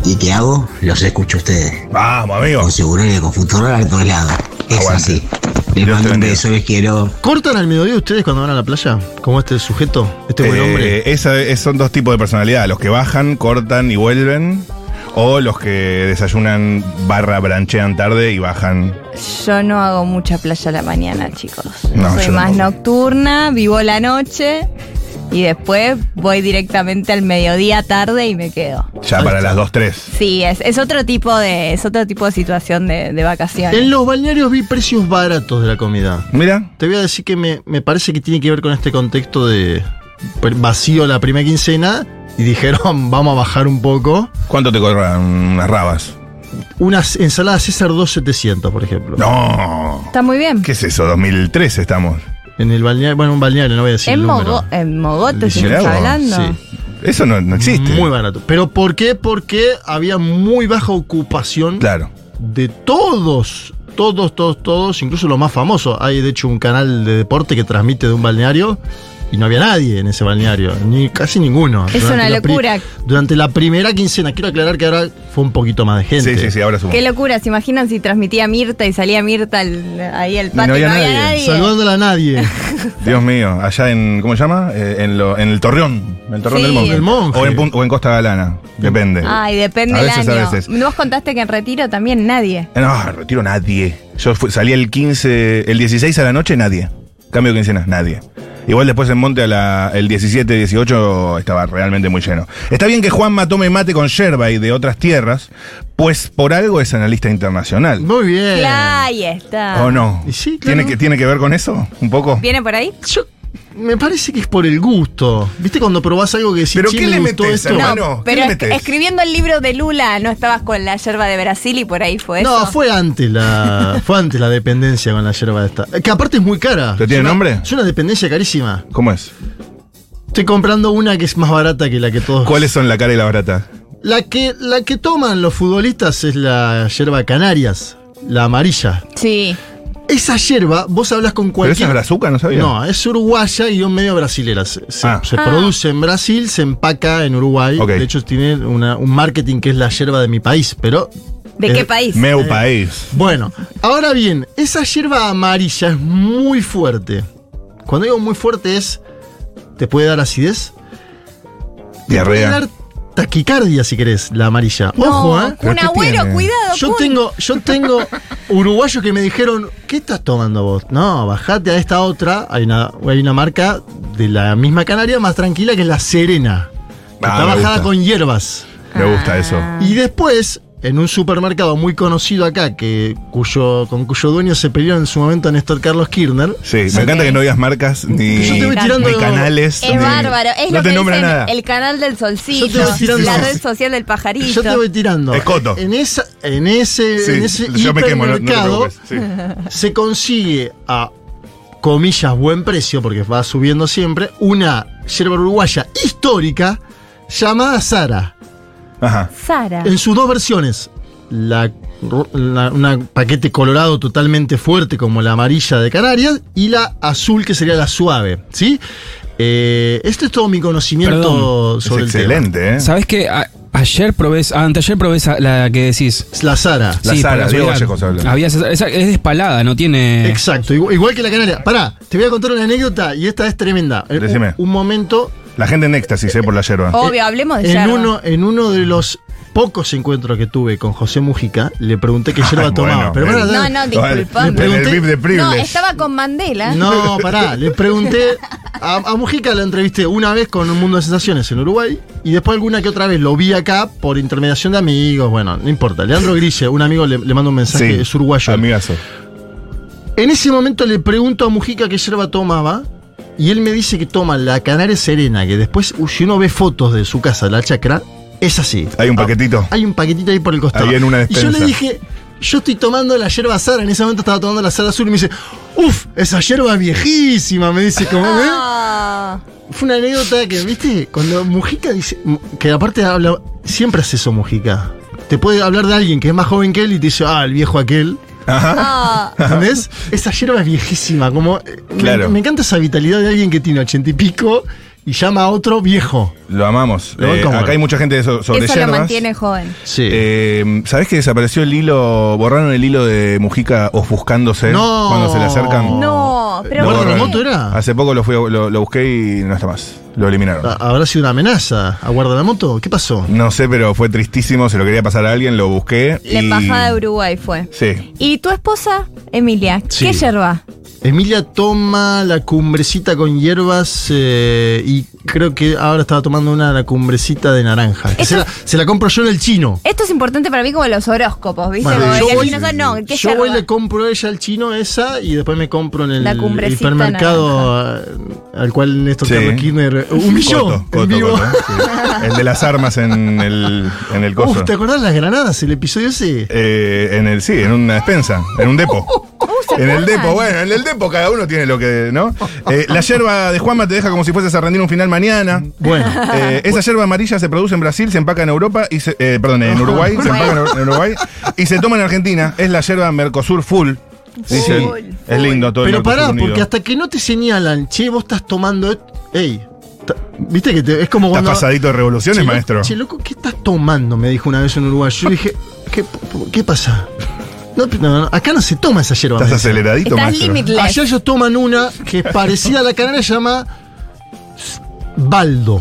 F: ¿Y qué hago? Los escucho a ustedes.
A: Vamos, amigo.
F: Con seguro y con futuro a todos lados. Es
A: Aguante.
F: así.
A: Dios
F: Les
A: te
F: mando un
A: bendiga.
F: beso, les quiero.
D: ¿Cortan al mediodía ustedes cuando van a la playa? Como este sujeto, este buen
A: Eh,
D: hombre.
A: esa- es- son dos tipos de personalidad, los que bajan, cortan y vuelven, o los que desayunan barra branchean tarde y bajan.
B: Yo no hago mucha playa a la mañana, chicos.
A: No,
B: Soy
A: yo
B: más
A: tampoco.
B: nocturna, vivo la noche y después voy directamente al mediodía tarde y me quedo.
A: Ya para las 2, 3.
B: Sí, es, es otro tipo de, es otro tipo de situación de, de vacaciones.
D: En los balnearios vi precios baratos de la comida.
A: Mira,
D: Te voy a decir que me, me parece que tiene que ver con este contexto de per- vacío la primera quincena y dijeron vamos a bajar un poco.
A: ¿cuánto te cobran unas rabas?
D: Unas ensaladas César 2700, por ejemplo.
A: No.
B: Está muy bien.
A: ¿Qué es eso? 2003 estamos.
D: En el balneario, bueno, un balneario, no voy a decir.
B: En,
D: el número.
B: Mogo- eh, en Mogotes
A: Mirá
B: estamos
A: vos,
B: hablando.
D: sí.
A: Eso no, no existe.
D: Muy barato. ¿Pero por qué? Porque había muy baja ocupación
A: Claro.
D: de todos, todos, todos, todos, incluso los más famosos. Hay de hecho un canal de deporte que transmite de un balneario y no había nadie en ese balneario, ni casi ninguno.
B: Es una
D: la pri-
B: locura.
D: durante la primera quincena, quiero aclarar que ahora fue un poquito más de gente.
A: Sí, sí, sí, ahora subo.
B: Qué locura, ¿se imaginan si transmitía Mirta y salía Mirta al- ahí al patio? y
A: había
B: No había
A: nadie.
B: nadie.
D: Saludándola a nadie.
A: Dios mío, allá en, ¿cómo se llama? Eh, en, lo- en el Torreón, en el Torreón
B: Sí.
A: del Monje.
B: El
D: Monje.
A: O en, Pun- o en Costa Galana, depende.
B: Ay, depende
A: A
B: del
A: veces, a
B: año.
A: veces.
B: Vos contaste que en retiro también nadie.
A: No, retiro nadie. Yo fui- salí el 15, el 16 a la noche, nadie. Cambio de quincenas, nadie. Igual después en Monte a la, el 17, 18 estaba realmente muy lleno. Está bien que Juanma tome mate con yerba y de otras tierras, pues por algo es analista internacional.
D: Muy bien.
B: Claro, ahí está.
A: Eh. ¿O no?
D: Y sí, claro.
A: ¿Tiene, que, ¿Tiene que ver con eso? ¿Un poco?
B: ¿Viene por ahí?
D: Yo- me parece que es por el gusto. ¿Viste cuando probás algo que decís,
A: ¿Pero
D: "Che,
A: qué
D: me
A: le
D: gustó
A: metés,
D: esto"?
A: hermano?
B: No,
A: Bueno, ¿qué
B: pero
A: le
B: es-
A: metés?
B: escribiendo el libro de Lula, ¿no estabas con la yerba de Brasil y por ahí fue eso?
D: No, fue antes la fue antes la dependencia con la yerba esta. Que aparte es muy cara.
A: ¿Pero tiene
D: Es una-
A: nombre?
D: Es una dependencia carísima.
A: ¿Cómo es?
D: Estoy comprando una que es más barata que la que todos.
A: ¿Cuáles son la cara y la barata?
D: La que la que toman los futbolistas es la yerba canarias, la amarilla.
B: Sí.
D: Esa yerba, vos hablas con
A: ¿Pero esa es
D: cualquier
A: brazuca? ¿No sabía?
D: No, es uruguaya y un medio brasilera. Se, se-
A: Ah.
D: se
B: Ah.
D: produce en Brasil, se empaca en Uruguay.
A: Ok.
D: De hecho, tiene una- un marketing que es la yerba de mi país, pero.
B: ¿De
D: Eh,
B: qué país?
A: Meu país.
D: Bueno, ahora bien, esa hierba amarilla es muy fuerte. Cuando digo muy fuerte es. Te puede dar acidez. Te puede
A: Diarrea.
D: dar taquicardia si querés, la amarilla. Ojo,
B: No,
D: ¿eh?
A: ¿Pero
B: Un
A: qué
B: abuelo,
A: tiene?
B: cuidado.
D: Yo
B: pun-
D: tengo, yo tengo uruguayos que me dijeron, ¿qué estás tomando vos? No, bajate a esta otra. Hay una, hay una marca de la misma Canaria más tranquila que es la Serena. que
A: Ah,
D: está
A: me gusta. Ah.
D: bajada con hierbas.
A: Me gusta eso.
D: Y después, en un supermercado muy conocido acá, que, cuyo, con cuyo dueño se peleó en su momento Néstor Carlos Kirchner,
A: Sí, me encanta que no digas marcas ni,
D: Ah. Yo te voy tirando-
A: ni canales.
B: Es
A: ni-
B: bárbaro. Es
A: no
B: lo
A: te
B: que
A: nombra
B: dicen
A: nada.
B: el canal del solcillo,
D: Yo te voy tirando-
B: la red social del pajarito.
D: yo te voy tirando.
A: Es Coto.
D: En, esa, en ese,
A: Sí,
D: en ese
A: yo me quemo, no, no te
D: hipermercado,
A: preocupes. Sí.
D: se consigue a comillas buen precio, porque va subiendo siempre, una yerba uruguaya histórica llamada Sara,
A: Ajá.
B: Sara.
D: en sus dos versiones. La, la- una paquete colorado totalmente fuerte como la amarilla de Canarias y la azul que sería la suave, ¿sí? Eh, este es todo mi conocimiento
A: Es
D: sobre el tema.
A: excelente, ¿eh?
G: ¿Sabes qué? A- ayer probé, esa- anteayer probé esa- la que decís.
D: Es La Sara.
A: La
G: por
A: Sara, Diego
G: casualidad.
A: Vallejo se habla.
G: Había esa- esa- es despalada, no
A: Eh.
G: tiene.
D: Exacto, igual, igual que la Canaria. Pará, te voy a contar una anécdota y esta es tremenda. Eh, un-
A: Decime.
D: un momento
A: La gente en éxtasis, ¿eh? Por la yerba.
D: Oh.
B: Obvio, hablemos de
D: En
B: yerba.
D: uno, en uno de los pocos encuentros que tuve con José Mujica, le pregunté qué yerba
A: Ay,
D: tomaba.
A: bueno,
D: pero
A: bien.
D: pará,
B: No, no,
A: Vale.
B: disculpame.
A: En el VIP de
B: No,
A: Privilege.
B: estaba con Mandela.
D: Eh, no, pará, le pregunté. A, a Mujica la entrevisté una vez con un mundo de sensaciones en Uruguay y después alguna que otra vez lo vi acá por intermediación de amigos. Bueno, no importa. Leandro Grille, un amigo, le, le mando un mensaje,
A: Sí,
D: es uruguayo.
A: Amigazo.
D: En ese momento le pregunto a Mujica qué yerba tomaba. Y él me dice que toma la Canaria Serena, que después, uh, si uno ve fotos de su casa, la chacra, es así.
A: Hay un
D: Ah,
A: paquetito.
D: hay un paquetito ahí por el costado.
A: Ahí en una
D: y yo
A: despensa.
D: le dije, yo estoy tomando la yerba Sara, en ese momento estaba tomando la Sara azul y me dice, uff, esa yerba es viejísima, me dice como, ¿eh?
B: Ah.
D: Fue una anécdota que, viste, cuando Mujica dice, que aparte habla, siempre hace eso Mujica. Te puede hablar de alguien que es más joven que él y te dice, ah, el viejo aquel.
A: Ajá.
B: Ah,
D: ¿Entendés? Esa yerba es viejísima. Como, eh, me-
A: Claro.
D: me, encanta esa vitalidad de alguien que tiene ochenta y pico y llama a otro viejo.
A: Lo amamos.
D: Lo
A: Eh,
D: banco,
A: acá hay mucha gente de so- sobre
B: eso lo
A: yerbas.
B: mantiene joven.
D: Sí.
A: Eh, ¿Sabés que desapareció el hilo? Borraron el hilo de Mujica ofuscándose
D: No.
A: cuando se le acercan.
B: No, pero
A: Lo
B: ¿por qué?
D: ¿Guarda
A: borraron.
D: remoto era?
A: Hace poco lo, fui a- lo, lo busqué y no está más. Lo eliminaron.
D: Ha- Ah, ¿Habrá sido una amenaza a guarda la moto? ¿Qué pasó?
A: No sé, pero fue tristísimo. Se lo quería pasar a alguien, lo busqué.
B: La
A: y-
B: embajada de Uruguay fue.
A: Sí.
B: ¿Y tu esposa, Emilia?
D: Sí.
B: ¿Qué yerba?
D: Emilia toma la cumbrecita con hierbas eh, y creo que ahora estaba tomando una la cumbrecita de naranja. que
B: Eso-
D: se, la, se la compro yo en el chino.
B: Esto es importante para mí como los horóscopos, ¿viste?
D: Bueno,
B: Como
D: yo
B: el
D: voy-
B: chino, no, ¿qué
D: yo voy y
B: yerba?
D: le compro a ella al chino esa y después me compro en el
B: La cumbrecita
D: hipermercado a- al cual Néstor
A: Sí.
D: Carlos Kirchner humilló
A: Coto,
D: en
A: coto,
D: vivo.
A: coto, sí. El de las armas en el, en el coso.
D: Uf, ¿te acordás las granadas? El episodio ese.
A: Eh, en el, sí, en una despensa, en un depo.
B: Uh,
A: En el depo, bueno, en el depo cada uno tiene lo que, ¿no? Eh, la yerba de Juanma te deja como si fueses a rendir un final mañana.
D: Bueno.
A: Eh, esa yerba amarilla se produce en Brasil, se empaca en Europa y se, eh, perdón, en Uruguay, se empaca en en Uruguay y se toma en Argentina. Es la yerba Mercosur full. Dicen,
B: Full,
A: es lindo todo el
D: Pero
A: Mercosur
D: pará,
A: unido.
D: porque hasta que no te señalan, che, vos estás tomando. et- Ey, ta- viste que te- es como
A: Estás
D: cuando.
A: pasadito de revoluciones,
D: Che, lo-
A: maestro.
D: Che, loco, ¿qué estás tomando? Me dijo una vez un uruguayo. Yo dije, ¿qué, po- qué pasa? No, no, no, acá no se toma esa yerba.
A: Estás
D: me dice.
A: aceleradito,
B: Estás
A: maestro.
B: limitless.
D: Allá ellos toman una que es parecida a la canaria, se llama. Baldo.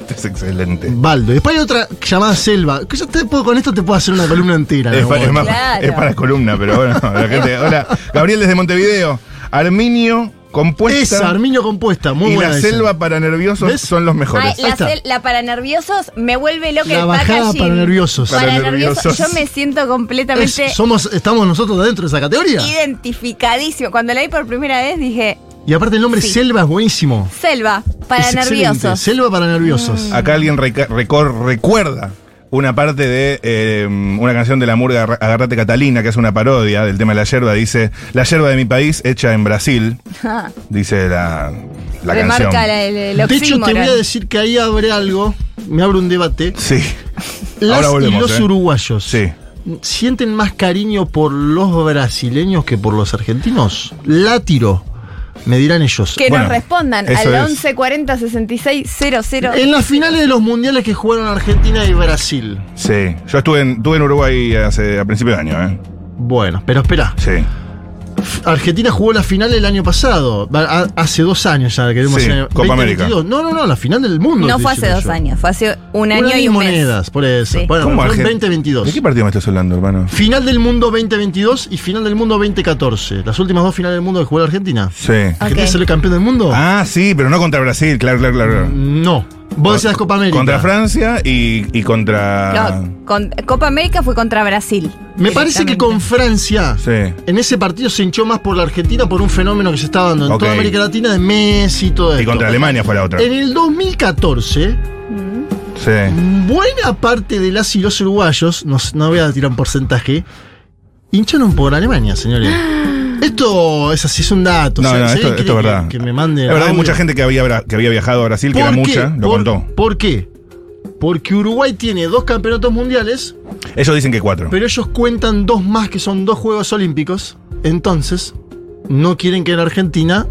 A: Esto es excelente.
D: Baldo. Y después hay otra llamada Selva. Que yo te puedo, con esto te puedo hacer una columna entera.
A: Es,
D: ¿no?
A: pa- es más-
B: Claro.
A: es para columna, pero bueno, la gente. Hola, Gabriel desde Montevideo. Arminio, compuesta.
D: Esa, Arminio compuesta, muy
A: y
D: buena.
A: la
D: esa.
A: selva para nerviosos
D: ¿Ves?
A: son los mejores.
B: Ay, la,
D: está.
B: cel- la para nerviosos me vuelve loca
D: La
B: el
D: bajada
B: packaging.
D: para nerviosos.
B: Para,
A: Para
B: nerviosos.
A: nerviosos.
B: Yo me siento
D: Es-
B: completamente
D: somos, estamos nosotros dentro de esa categoría.
B: identificadísimo. Cuando la vi por primera vez dije,
D: Y aparte el nombre
B: Sí.
D: Selva es buenísimo.
B: selva, para
D: Es excelente.
B: nerviosos. Mm.
D: Selva para nerviosos.
A: Acá alguien reca- recor- recuerda una parte de eh, una canción de la murga Agar- Agarrate Catalina, que es una parodia del tema de la yerba. Dice: La yerba de mi país hecha en Brasil. Dice la, la
B: Remarca
A: canción.
B: la- el, el
D: de hecho, te
B: oxímoron.
D: voy a decir que ahí abre algo, me abre un debate.
A: Sí,
D: Las
A: Ahora
D: y
A: volvemos,
D: los
A: eh.
D: uruguayos
A: sí.
D: sienten más cariño por los brasileños que por los argentinos. La tiro, me dirán ellos.
B: Que
A: Bueno,
B: nos respondan
A: eso
B: al
A: es.
B: 11 40 66 00.
D: En las finales de los mundiales que jugaron Argentina y Brasil.
A: Sí, yo estuve en, estuve en Uruguay hace, a principio de año, ¿eh?
D: Bueno, pero espera.
A: Sí.
D: Argentina jugó la final el año pasado. Va- a- Hace dos años ya queremos
A: Sí,
D: hacer-
A: Copa América.
D: 2022. No, no, no, la final del mundo.
B: No
D: estoy
B: fue hace
D: diciendo
B: dos
D: yo.
B: años, fue hace un
D: Una
B: año y un mes.
D: monedas, por eso.
B: Sí.
D: Bueno,
A: ¿Cómo
D: fue en
A: Argen-
D: 2022.
A: ¿De qué partido me estás hablando, hermano?
D: Final del mundo 2022 y final del mundo 2014. Las últimas dos finales del mundo que jugó la Argentina.
A: Sí.
D: ¿Argentina
B: Ok.
D: salió campeón del mundo?
A: Ah, sí, pero no contra Brasil, claro, claro, claro.
D: No. Vos decías Copa Mm, América.
A: Contra Francia y, y contra.
B: No, con- Copa América fue contra Brasil.
D: Ah. Me parece que con Francia.
A: Sí.
D: En ese partido se hinchó más por la Argentina por un fenómeno que se estaba dando en
A: Ok.
D: toda América Latina de Messi y todo esto.
A: Y contra Alemania fue la otra.
D: En el 2014,
A: Sí.
D: buena parte de las y los uruguayos, no, sé- no voy a tirar un porcentaje, hincharon por Alemania, señores. Esto es así, es un dato.
A: No,
D: o sea,
A: no,
D: si
A: esto,
D: alguien
A: esto es
D: quiere que-
A: verdad.
D: Que, me mande.
A: La verdad, hay
D: audio.
A: mucha gente que había, bra- que había viajado a Brasil, que era
D: ¿Por
A: mucha,
D: qué?
A: lo
D: Por-
A: contó.
D: ¿Por qué? Porque Uruguay tiene dos campeonatos mundiales,
A: Ellos dicen que cuatro.
D: pero ellos cuentan dos más que son dos Juegos Olímpicos. Entonces, no quieren que la Argentina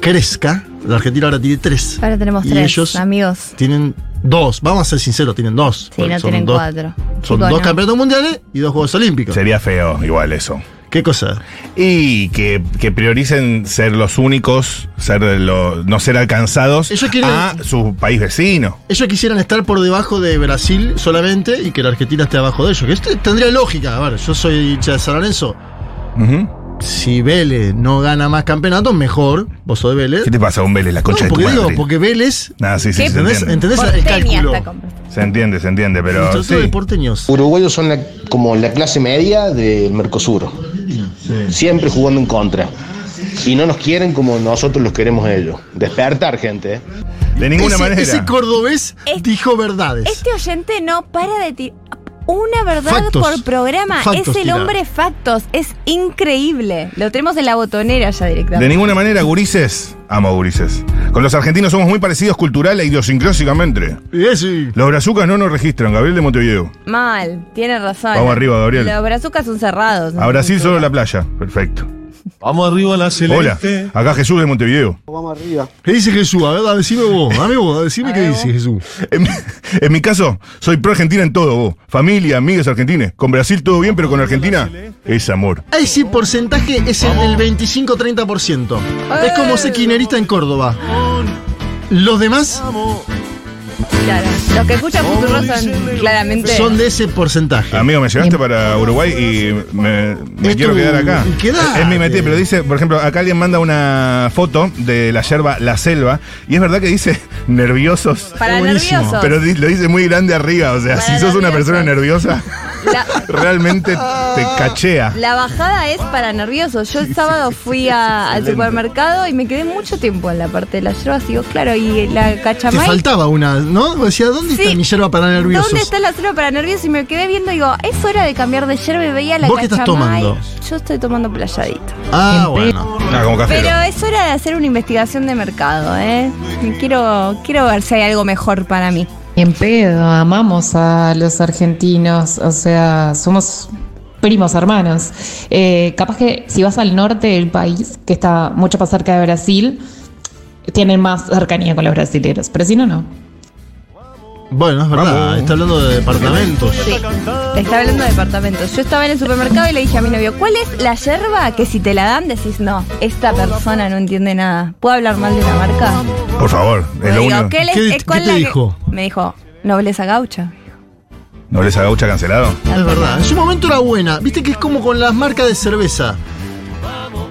D: crezca. La Argentina ahora tiene tres.
B: Ahora tenemos
D: Y
B: tres,
D: ellos-
B: amigos.
D: Tienen dos, vamos a ser sinceros, tienen dos.
B: Sí,
D: porque
B: no
D: son
B: tienen
D: dos-
B: cuatro.
D: Son
B: Chicos,
D: dos
B: no.
D: campeonatos mundiales y dos Juegos Olímpicos.
A: Sería feo, igual eso.
D: ¿Qué cosa?
A: Y que, que prioricen ser los únicos, ser lo- no ser alcanzados
D: Ellos quieren-
A: a su país vecino.
D: Ellos quisieran estar por debajo de Brasil solamente y que la Argentina esté abajo de ellos. Que esto tendría lógica. A ver, yo soy hincha de San Lorenzo.
A: Ujú.
D: Si Vélez no gana más campeonatos, mejor. Vos sos de Vélez.
A: ¿Qué te pasa, un Vélez, la
D: No,
A: concha de tu
D: porque digo,
A: madre?
D: porque Vélez.
A: Nada, sí, sí,
B: ¿Qué?
A: se
D: ¿Entendés?
A: entiende.
D: ¿Entendés el
B: Porteña
D: cálculo?
B: está comprando.
A: Se entiende, se entiende, pero
D: Pero,
A: sí.
D: de porteños.
H: Uruguayos son la- como la clase media del Mercosur, siempre jugando en contra. Y no nos quieren como nosotros los queremos a ellos. Despertar, gente. ¿eh?
A: de ninguna
D: ese,
A: manera.
D: ese cordobés
B: Es-
D: dijo verdades.
B: Este oyente no para de tirar. una verdad
D: Factos.
B: por programa.
D: Factos,
B: es el
D: tira.
B: hombre factos. Es increíble. Lo tenemos en la botonera ya
A: De
B: directamente.
A: ninguna manera, gurises. Amo gurises. Con los argentinos somos muy parecidos cultural e idiosincrásicamente.
D: Y sí.
A: Los brazucas no nos registran, Gabriel de Montevideo.
B: Mal, tiene razón.
A: Vamos arriba, Gabriel.
B: Los brazucas son cerrados.
A: A Brasil solo la playa. Perfecto.
C: Vamos arriba a la
A: Hola,
C: celeste.
A: acá Jesús de Montevideo.
D: ¿Qué dice Jesús? A ver, da- decime vos, dame vos, decime qué dice Jesús.
A: En mi, en mi caso, soy pro Argentina en todo, vos. Familia, amigos argentines. Con Brasil todo bien, pero con Argentina es amor.
D: Ese porcentaje es el del 25-30%. Es como ser kirchnerista en Córdoba. Los demás
B: Claro. Los que escuchan Futuro son claramente.
D: son de ese porcentaje.
A: Amigo, me llevaste para Uruguay y me, me
D: Es
A: quiero
D: tu-
A: quedar acá.
D: quedate.
A: Es mi metier, pero dice, por ejemplo, acá alguien manda una foto de la yerba La Selva y es verdad que dice nerviosos.
B: Para
D: buenísimo,
B: nerviosos.
A: Pero di- lo dice muy grande arriba, o sea,
B: Para
A: si sos una
B: nerviosos.
A: persona nerviosa,
B: La,
A: realmente te cachea.
B: la bajada es para nerviosos. Yo el sábado fui a- al supermercado y me quedé mucho tiempo en la parte de la yerba. Digo, claro, y la
D: Te
B: cachamay.
D: faltaba una, ¿no? Decía, ¿dónde
B: Sí.
D: está mi yerba para nerviosos?
B: ¿Dónde está la yerba para nerviosos? Y me quedé viendo y digo, es hora de cambiar de yerba y veía la
D: ¿Vos qué estás
B: cachamay.
D: tomando?
B: Yo estoy tomando playadito.
D: Ah, bueno.
A: Ah, como café.
B: Pero es hora de hacer una investigación de mercado, ¿eh? Quiero, quiero ver si hay algo mejor para mí.
I: Y en pedo, amamos a los argentinos, o sea, somos primos hermanos. Eh, capaz que si vas al norte del país, que está mucho más cerca de Brasil, tienen más cercanía con los brasileños, pero si no, no.
D: Bueno, es verdad. Está hablando de departamentos.
B: Está hablando de departamentos. Yo estaba en el supermercado y le dije a mi novio, ¿cuál es la yerba que si te la dan decís no? Esta persona no entiende nada. ¿Puedo hablar mal de una marca?
A: Por favor, es
B: Le
A: lo
B: digo,
A: único.
B: ¿qué, les-
D: ¿Qué-
B: es cuál
D: qué te
B: la que-"
D: dijo?
B: Me dijo, nobleza gaucha.
A: ¿Nobleza gaucha cancelado?
D: Es verdad. En su momento era buena. Viste que es como con las marcas de cerveza.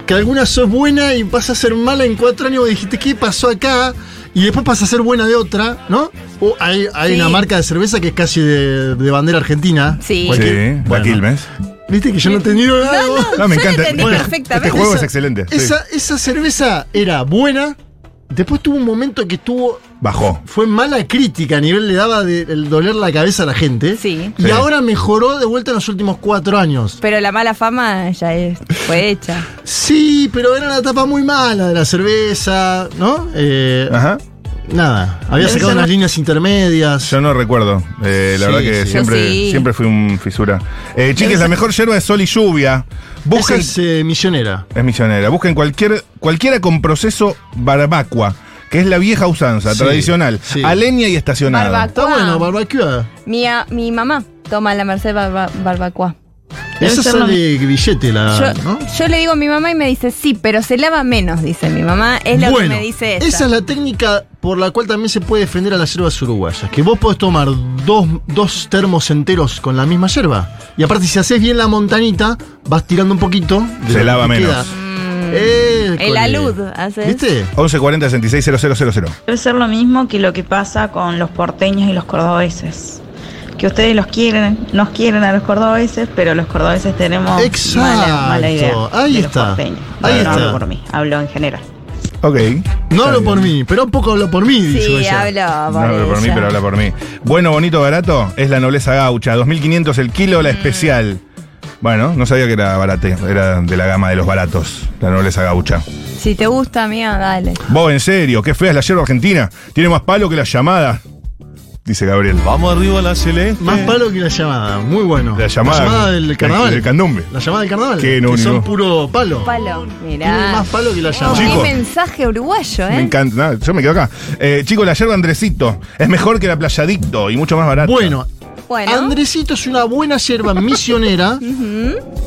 D: Que alguna sos buena y pasa a ser mala en cuatro años. Vos dijiste, ¿qué pasó acá? Y después pasa a ser buena de otra, ¿no? O hay, hay
B: Sí.
D: una marca de cerveza que es casi de, de bandera argentina.
B: Sí.
A: Sí,
D: Cualquier-
A: la
D: bueno.
A: Quilmes.
D: Viste que yo no he entendido nada. vos.
A: No, me
B: yo lo
A: encanta.
B: entendí
A: Bueno,
B: perfectamente.
A: Este juego es
D: Esa-
A: excelente. sí.
D: Esa, esa cerveza era buena. Después tuvo un momento que tuvo
A: Bajó.
D: fue mala crítica a nivel le daba de- el doler la cabeza a la gente.
B: Sí.
D: Y
A: Sí.
D: ahora mejoró de vuelta en los últimos cuatro años.
B: Pero la mala fama ya es- fue hecha.
D: Sí, pero era una etapa muy mala de la cerveza, ¿no? Eh,
A: Ajá.
D: nada, había sacado unas líneas intermedias.
A: Yo no recuerdo. Eh, la
D: Sí,
A: verdad que
D: sí.
A: siempre,
B: Yo sí.
A: siempre fui un fisura. Eh, chiques, la mejor yerba es sol y lluvia.
D: Esa
A: Busquen.
D: es eh, misionera.
A: Es misionera. Busquen cualquier, cualquiera con proceso barbacua, que es la vieja usanza,
D: Sí,
A: tradicional.
D: sí.
A: A leña y estacionada.
B: Barbacoa.
D: Está bueno, barbacoa.
B: Mi, a- mi mamá toma la Merced barba- Barbacoa.
D: Esa sale grillete, la,
B: Yo,
D: Ah, ¿no?
B: yo le digo a mi mamá y me dice, sí, pero se lava menos, dice mi mamá. Es lo que
D: Bueno,
B: me dice ella.
D: esa es la técnica por la cual también se puede defender a las hierbas uruguayas. Que vos podés tomar dos, dos termos enteros con la misma hierba. Y aparte, si haces bien la montanita, vas tirando un poquito. de
A: Se
D: lo
A: lava
D: que
A: menos.
D: queda.
B: Mm,
D: École.
B: el alud haces.
D: ¿Viste?
A: 1140 660000.
J: Debe ser lo mismo que lo que pasa con los porteños y los cordobeses. Que ustedes los quieren, nos quieren a los cordobeses, pero los cordobeses tenemos
D: Exacto.
J: mala, mala idea.
D: Ahí
J: de los
D: está.
J: porteños.
D: Ahí
J: no
D: está.
J: hablo por mí, hablo en general.
A: Ok.
D: No hablo por mí, pero un poco hablo por mí, dijo
B: Sí,
D: ella.
A: No
B: hablo por
A: habla por mí,
B: ella.
A: pero habla por mí. Bueno, bonito, barato, es la nobleza gaucha. 2500 el kilo, la especial. Bueno, no sabía que era barate, era de la gama de los baratos, la nobleza gaucha.
B: Si te gusta, amiga, dale.
A: Vos, en serio, qué fea es la yerba argentina. Tiene más palo que la llamada. Dice Gabriel.
C: Vamos arriba a la celeste.
D: Más palo que la llamada, muy bueno.
A: La llamada-
D: del carnaval.
A: del candumbe.
D: La llamada del carnaval.
A: Qué
D: que
A: único.
D: son puro palo.
B: Palo,
D: Tiene
B: mirá.
D: más palo que la llamada.
B: Qué
A: Chicos.
B: mensaje uruguayo,
A: Me
B: ¿eh?
A: encanta. nada, yo me quedo acá. Eh, chicos, la yerba Andresito es mejor que la playadicto y mucho más barata.
D: Bueno,
B: Bueno,
D: Andresito es una buena yerba misionera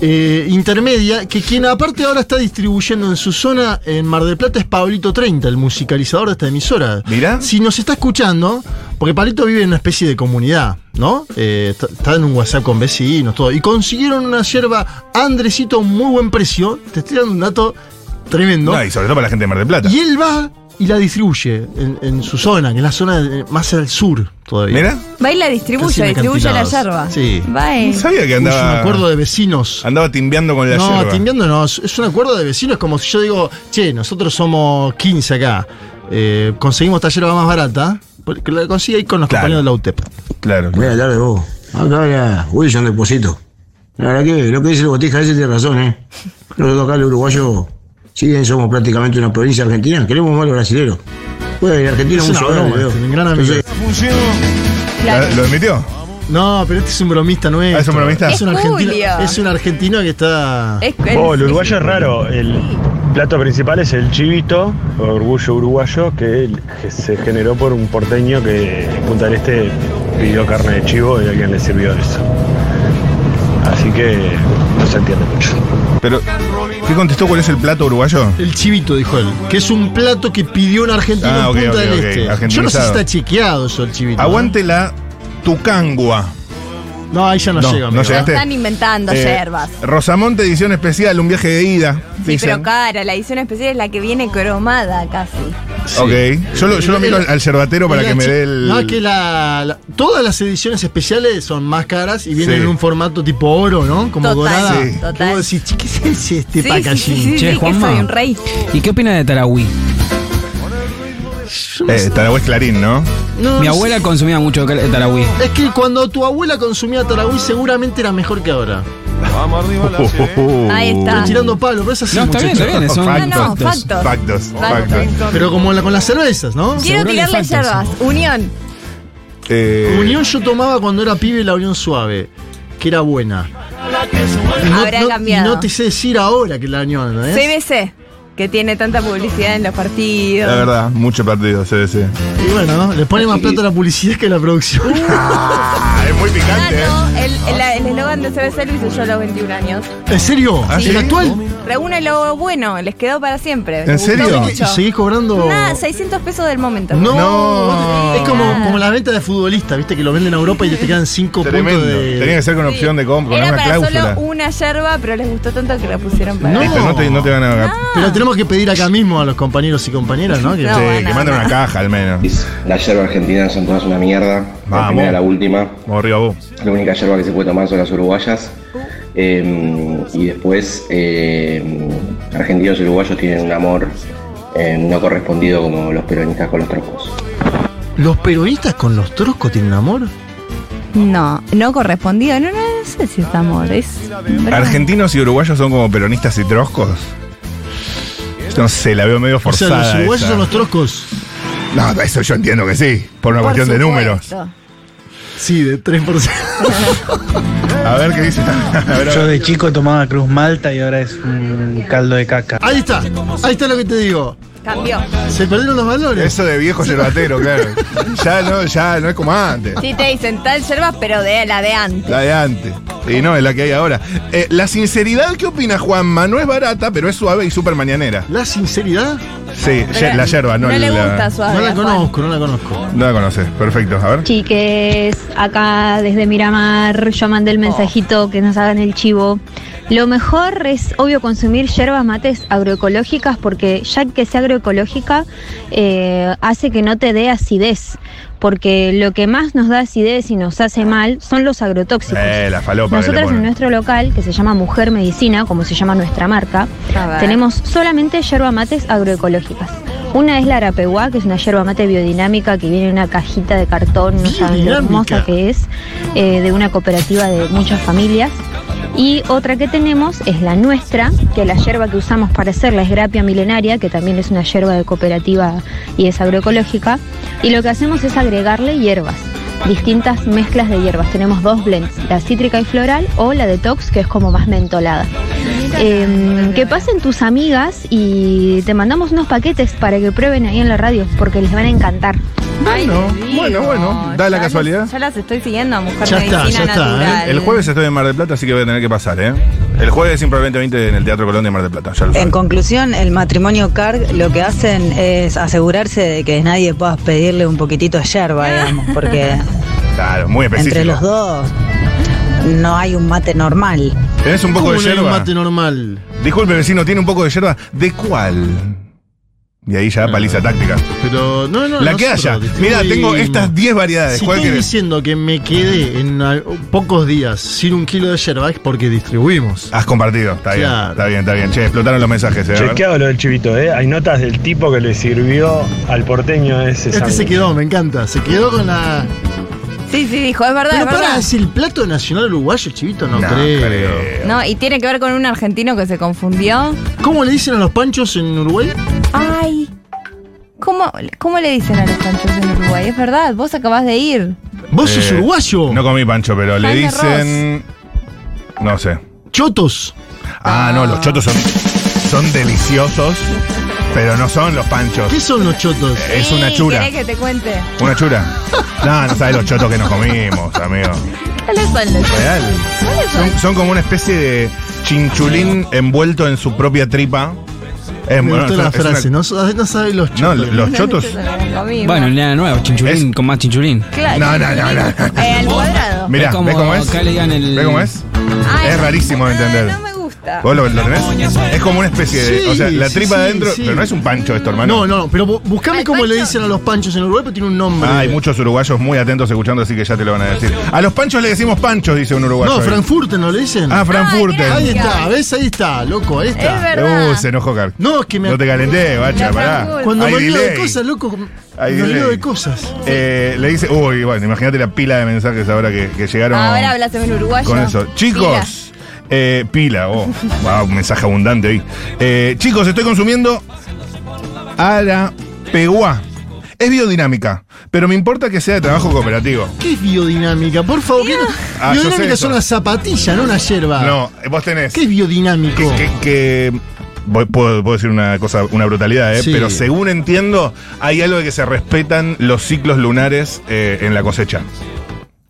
D: eh, intermedia que quien aparte ahora está distribuyendo en su zona en Mar del Plata es Pablito 30, el musicalizador de esta emisora.
A: Mirá.
D: Si nos está escuchando, porque Pablito vive en una especie de comunidad, ¿no? Eh, está- está en un WhatsApp con vecinos, todo. Y consiguieron una yerba Andresito a un muy buen precio. Te estoy dando un dato tremendo.
A: No, y sobre todo para la gente de Mar del Plata.
D: Y él va y la distribuye en, en su zona, que es la zona de- más al sur todavía.
A: Mira,
B: baila, distribuye,
D: Casi
B: distribuye la
D: acantilados.
B: yerba.
D: Sí.
B: Bye.
A: sabía que
D: Uy, yo me
A: andaba.
D: acuerdo de vecinos.
A: Andaba timbeando con la
D: No,
A: yerba.
D: timbiando no, es- es un acuerdo de vecinos como si yo digo, che, nosotros somos 15 acá, eh, conseguimos esta yerba más barata, porque la consigue ahí con los
A: Claro.
D: compañeros de la UTEP.
A: Claro.
F: Voy a hablar de vos. Acá era Wilson Deposito. Ah, La verdad que lo que dice el botija ese tiene razón, ¿eh? Nosotros acá, los uruguayos, si bien somos prácticamente una provincia argentina, queremos más los brasileros. Pues el argentino
D: Es
F: es
D: una
F: un
D: broma,
F: soberano,
D: este,
F: creo.
D: mi gran amigo.
F: Entonces,
A: ¿Lo admitió?
D: No, pero este es un bromista nuevo.
A: Ah, es un bromista.
D: Es un
B: Es
D: argentino,
B: Julio.
D: es un argentino que está.
B: Es,
K: Oh, el uruguayo es raro. El plato principal es el chivito, orgullo uruguayo, que que se generó por un porteño que en Punta del Este pidió carne de chivo y alguien le sirvió eso. Así que no se entiende mucho.
A: Pero, ¿qué contestó cuál es el plato uruguayo?
D: El chivito, dijo él. Que es un plato que pidió un argentino
A: Ah,
D: en
A: ok,
D: Punta
A: ok,
D: del
A: ok,
D: Este. Yo no sé si
A: argentinizado.
D: está chequeado eso el chivito.
A: Aguante la tucangua.
D: ¿eh? No, ahí ya no,
A: No,
D: llega.
A: no
D: amigo.
A: llegaste.
B: Están inventando
A: Eh,
B: yerbas.
A: Rosamonte, edición especial, un viaje de ida.
B: Sí, pero
A: dicen.
B: cara, la edición especial es la que viene cromada casi.
A: Ok. Yo lo, yo lo miro al, al yerbatero para
D: Es la
A: que me
D: chi-
A: dé el.
D: No, es que la, la- todas las ediciones especiales son más caras y vienen
A: Sí.
D: en un formato tipo oro, ¿no? Como
B: Total,
D: dorada.
B: sí. total.
D: Y vos decís, "Che, ¿qué es
B: Sí,
D: este
B: sí,
D: packaging?
B: sí, sí,
G: Che,
B: sí, que
G: Juanma.
B: soy un rey.
G: ¿Y qué opina de Tarahui?
A: Eh, Taragüez Clarín, ¿no?
D: No,
G: Mi
D: no
G: abuela consumía mucho cal- Tarahui.
D: sé. Es que cuando tu abuela consumía Tarahui seguramente era mejor que ahora.
C: Vamos arriba la Cele.
B: Ahí está.
D: Tirando palo, pero es así.
G: No, está bien,
D: muchacho.
G: está bien, son
A: Uh, Factos.
B: No, no, factos.
A: Factos.
B: Factos.
A: factos.
D: Pero como la- con las cervezas, ¿no?
B: Quiero
G: Seguro
B: tirarle
G: le faltan,
B: yerbas. Unión.
A: Eh,
D: Unión yo tomaba cuando era pibe la Unión Suave, que era buena. Y
B: Habrá cambiado.
D: y no te sé decir ahora que la Unión, ¿eh? ¿no es?
B: CBC, que tiene tanta publicidad en los partidos.
A: La verdad, mucho partido, CDC.
D: Y bueno, le pone más plata a la publicidad que a la producción.
A: Ah, es muy
B: Ah,
A: picante,
B: no, el el- el eslogan de CBC lo hice yo a los 21 años.
D: ¿En serio?
A: ¿Ah, sí?
D: ¿El actual?
B: Reúne lo bueno, les quedó para siempre.
A: ¿En
B: Me gustó
A: serio?
D: ¿Y
B: mucho.
D: seguís cobrando?
B: Nada, 600 pesos del momento.
D: No.
A: No.
D: Es como, como la venta de futbolistas, ¿viste? Que lo venden a Europa y te quedan 5 puntos
A: Tremendo.
D: de...
A: Tenía que ser con opción de compra, con
B: Era
A: una
B: para
A: cláusula.
B: solo una yerba, pero les gustó tanto que la pusieron para.
D: No.
A: Listo, no te, no te van a.
D: Pero tenemos que pedir acá mismo a los compañeros y compañeras, ¿no? Que-
A: Sí,
B: bueno,
A: que manden
B: no.
A: una caja al menos.
H: La yerba argentina son todas una mierda.
A: Vamos.
H: La primera, la última.
A: Vamos arriba vos.
H: La única yerba que se puede tomar son las uruguayas. Eh, y después, eh, argentinos y uruguayos tienen un amor eh, no correspondido como los peronistas con los trocos.
D: ¿Los peronistas con los troscos tienen amor?
B: No, no correspondido. No, no, no sé si es amor. Es.
A: ¿Argentinos y uruguayos son como peronistas y troscos? No sé, la veo medio
D: O sea,
A: forzada.
D: los uruguayos
A: esa.
D: son los troscos.
A: No, eso yo entiendo que sí, por una
B: Por
A: cuestión de números.
B: supuesto.
D: Sí, de 3%.
A: A ver qué dice. A ver, a ver.
K: de chico tomaba Cruz Malta y ahora es un caldo de caca.
D: Ahí está, ahí está lo que te digo.
B: Cambió.
D: Se perdieron los valores.
A: Eso de viejo yerbatero, claro. Ya no, ya no es como antes.
B: Sí, te dicen tal yerba, pero de la de antes.
A: La de antes. Y no, es la que hay ahora. Eh, la sinceridad, ¿qué opina Juanma? No es barata, pero es suave y súper mañanera.
D: La sinceridad,
A: Sí, ye-
B: Pero
A: la yerba, no,
B: le
A: la-
B: gusta suave.
D: no
B: a
D: la
B: Juan.
D: conozco, no la conozco.
A: No la conoces, perfecto. A ver.
L: Chiques, acá desde Miramar, yo mandé el
A: Oh.
L: mensajito que nos hagan el chivo. Lo mejor es, obvio, consumir hierbas mates agroecológicas porque ya que sea agroecológica eh, hace que no te dé acidez, porque lo que más nos da acidez y nos hace mal son los agrotóxicos.
A: Eh, la falopa. que le
L: Nosotras en
A: ponen.
L: nuestro local, que se llama Mujer Medicina, como se llama nuestra marca,
B: A ver.
L: tenemos solamente yerba mates agroecológicas. Una es la arapeguá, que es una yerba mate biodinámica que viene en una cajita de cartón, no saben lo hermosa
D: Biodinámica.
L: que es, eh, de una cooperativa de muchas familias. Y otra que tenemos es la nuestra, que la yerba que usamos para hacerla es grapia milenaria, que también es una yerba de cooperativa y es agroecológica. Y lo que hacemos es agregarle hierbas, distintas mezclas de hierbas. Tenemos dos blends, la cítrica y floral o la detox, que es como más mentolada. Eh, que pasen tus amigas y te mandamos unos paquetes para que prueben ahí en la radio, porque les van a encantar.
A: Bueno,
B: Divino.
A: bueno, bueno. Da la
B: Ya
A: casualidad.
B: las- Ya las estoy siguiendo a Mujer
D: Ya está,
B: Medicina
D: ya está, ¿eh?
B: Natural.
A: El jueves estoy en Mar del Plata, así que voy a tener que pasar, ¿eh? El jueves simplemente 20 en el Teatro Colón de Mar del Plata, ya lo
M: En
A: saben.
M: conclusión, el matrimonio Karg lo que hacen es asegurarse de que nadie pueda pedirle un poquitito de yerba, digamos, porque
A: Claro, muy específico.
M: entre los dos no hay un mate normal.
A: ¿Tenés un poco
D: ¿Cómo
A: de
D: no hay un
A: yerba?
D: mate normal?
A: Disculpe, vecino, ¿tiene un poco de yerba? ¿De cuál? Y ahí ya paliza táctica.
D: Pero no, Ah. no.
A: La que haya. Mira, tengo estas 10 variedades.
D: Si
A: ¿Cuál
D: estoy
A: querés?
D: diciendo que me quedé en ah, pocos días sin un kilo de yerba es porque distribuimos.
A: Has compartido, está bien,
D: Claro.
A: está bien, está bien. Che, explotaron los mensajes. eh, a ver.
K: Chequeado lo del chivito, ¿eh? Hay notas del tipo que le sirvió al porteño ese
D: Este se
K: sándwich.
D: quedó, me encanta. Se quedó con la.
B: Sí, sí, dijo, es verdad,
D: Pero
B: es verdad.
D: para, es el plato nacional uruguayo, chivito, no, creo.
B: No, y tiene que ver con un argentino que se confundió.
D: ¿Cómo le dicen a los panchos en Uruguay?
B: Ay. ¿Cómo, ¿Cómo le dicen a los panchos en Uruguay? Es verdad, vos acabás de ir.
D: ¿Vos sos uruguayo?
A: Eh, No comí pancho, pero le
B: Carne
A: dicen. No sé.
D: ¿Chotos?
A: Ah, no, los chotos son, son deliciosos, pero no son los panchos.
D: ¿Qué son los chotos?
A: Es una
B: Sí,
A: chura.
B: ¿Querés que te cuente?
A: ¿Una chura? No, no sabes los chotos que nos comimos, amigo.
B: ¿Cuáles son los
A: Real.
B: ¿Cuáles son?
A: Son, son como una especie de chinchulín envuelto en su propia tripa. Es,
D: Me
A: bueno,
D: gustó
A: es
D: la
A: una- es una-
D: frase, no, sabes los chotos.
A: No, los chotos.
G: Bueno, nada nuevo, chinchulín con más chinchulín.
B: Claro.
A: No, no, no, no.
B: Eh, al cuadrado.
A: Mirá,
G: Es como
A: ¿ves cómo es?
G: acá le digan el-
A: ¿Ves cómo es?
B: Ay,
A: es rarísimo de entender.
B: No me gusta.
A: ¿Vos lo, lo tenés? Es como una especie de. o sea,
D: Sí,
A: la
D: sí,
A: tripa
D: sí,
A: adentro.
D: sí.
A: Pero no es un pancho esto, hermano.
D: No, no, no, pero bu- buscame cómo le dicen a los panchos en Uruguay, pero tiene un nombre.
A: Ah, hay muchos uruguayos muy atentos escuchando, así que ya te lo van a decir. A los panchos le decimos panchos, dice un uruguayo.
D: no,
A: ahí.
D: Frankfurten no le dicen.
A: Ah, Frankfurter.
D: Ahí está, ¿ves? Ahí está, loco, ahí
B: Es
D: está.
B: verdad.
A: Uh, se enojó Car.
D: No, es que me.
A: No te calenté, bacha,
B: La
A: pará.
B: Frankfurter.
D: Cuando
A: Hay
D: me olvido de
A: delay.
D: cosas, loco,
A: Hay
D: me olvido
A: delay.
D: de cosas.
A: Eh, le dice, uy, bueno, imagínate la pila de mensajes ahora que, que llegaron.
B: Ahora hablas en uruguayo.
A: Con eso. Chicos, eh, pila, oh, wow, un mensaje abundante ahí. Eh, chicos, estoy consumiendo arapeguá. Es biodinámica, pero me importa que sea de trabajo cooperativo.
D: ¿Qué es biodinámica? Por favor, ¿qué no-
A: Ah, yo sé
D: biodinámica
A: eso.
D: son las zapatillas, no una yerba.
A: No, vos tenés.
D: Ah. ¿Qué es biodinámico?
A: que, que- que- voy- puedo, puedo decir una cosa, una brutalidad, ¿eh?
D: Sí.
A: pero según entiendo, hay algo de que se respetan los ciclos lunares eh, en la cosecha.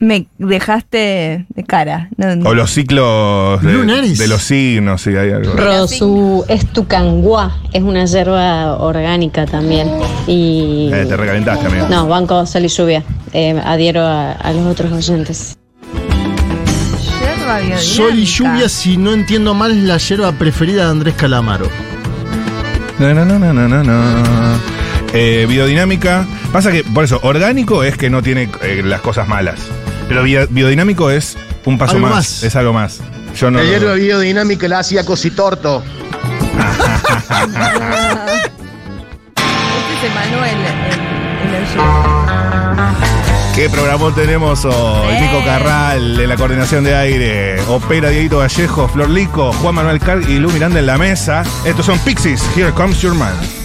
B: Me dejaste de cara. No, no.
A: O los ciclos de,
D: Lunares.
A: de los signos, sí, hay algo.
N: Rosu estucanguá es una hierba orgánica también. Y.
A: Eh, te recalentaste, amigo.
N: No, banco, sol y lluvia. Eh, adhiero a, a los otros oyentes.
B: Yerba biodinámica.
D: Sol y lluvia, si no entiendo mal, es la yerba preferida de Andrés Calamaro.
A: No, no, no, no, no, no, no. Eh, biodinámica. Pasa que, por eso, orgánico es que no tiene eh, las cosas malas. Pero bio- biodinámico es un paso
D: Algo
A: más,
D: más.
A: Es algo más. Yo no. no-
O: biodinámica la hacía cositorto.
B: Este es Emanuel. el- el oyente.
A: ¿Qué programa tenemos hoy? Nico Carral en la coordinación de aire. Opera Dieguito Vallejo, Flor Lico, Juan Manuel Carg y Lu Miranda en la mesa. Estos son Pixies. Here comes your man.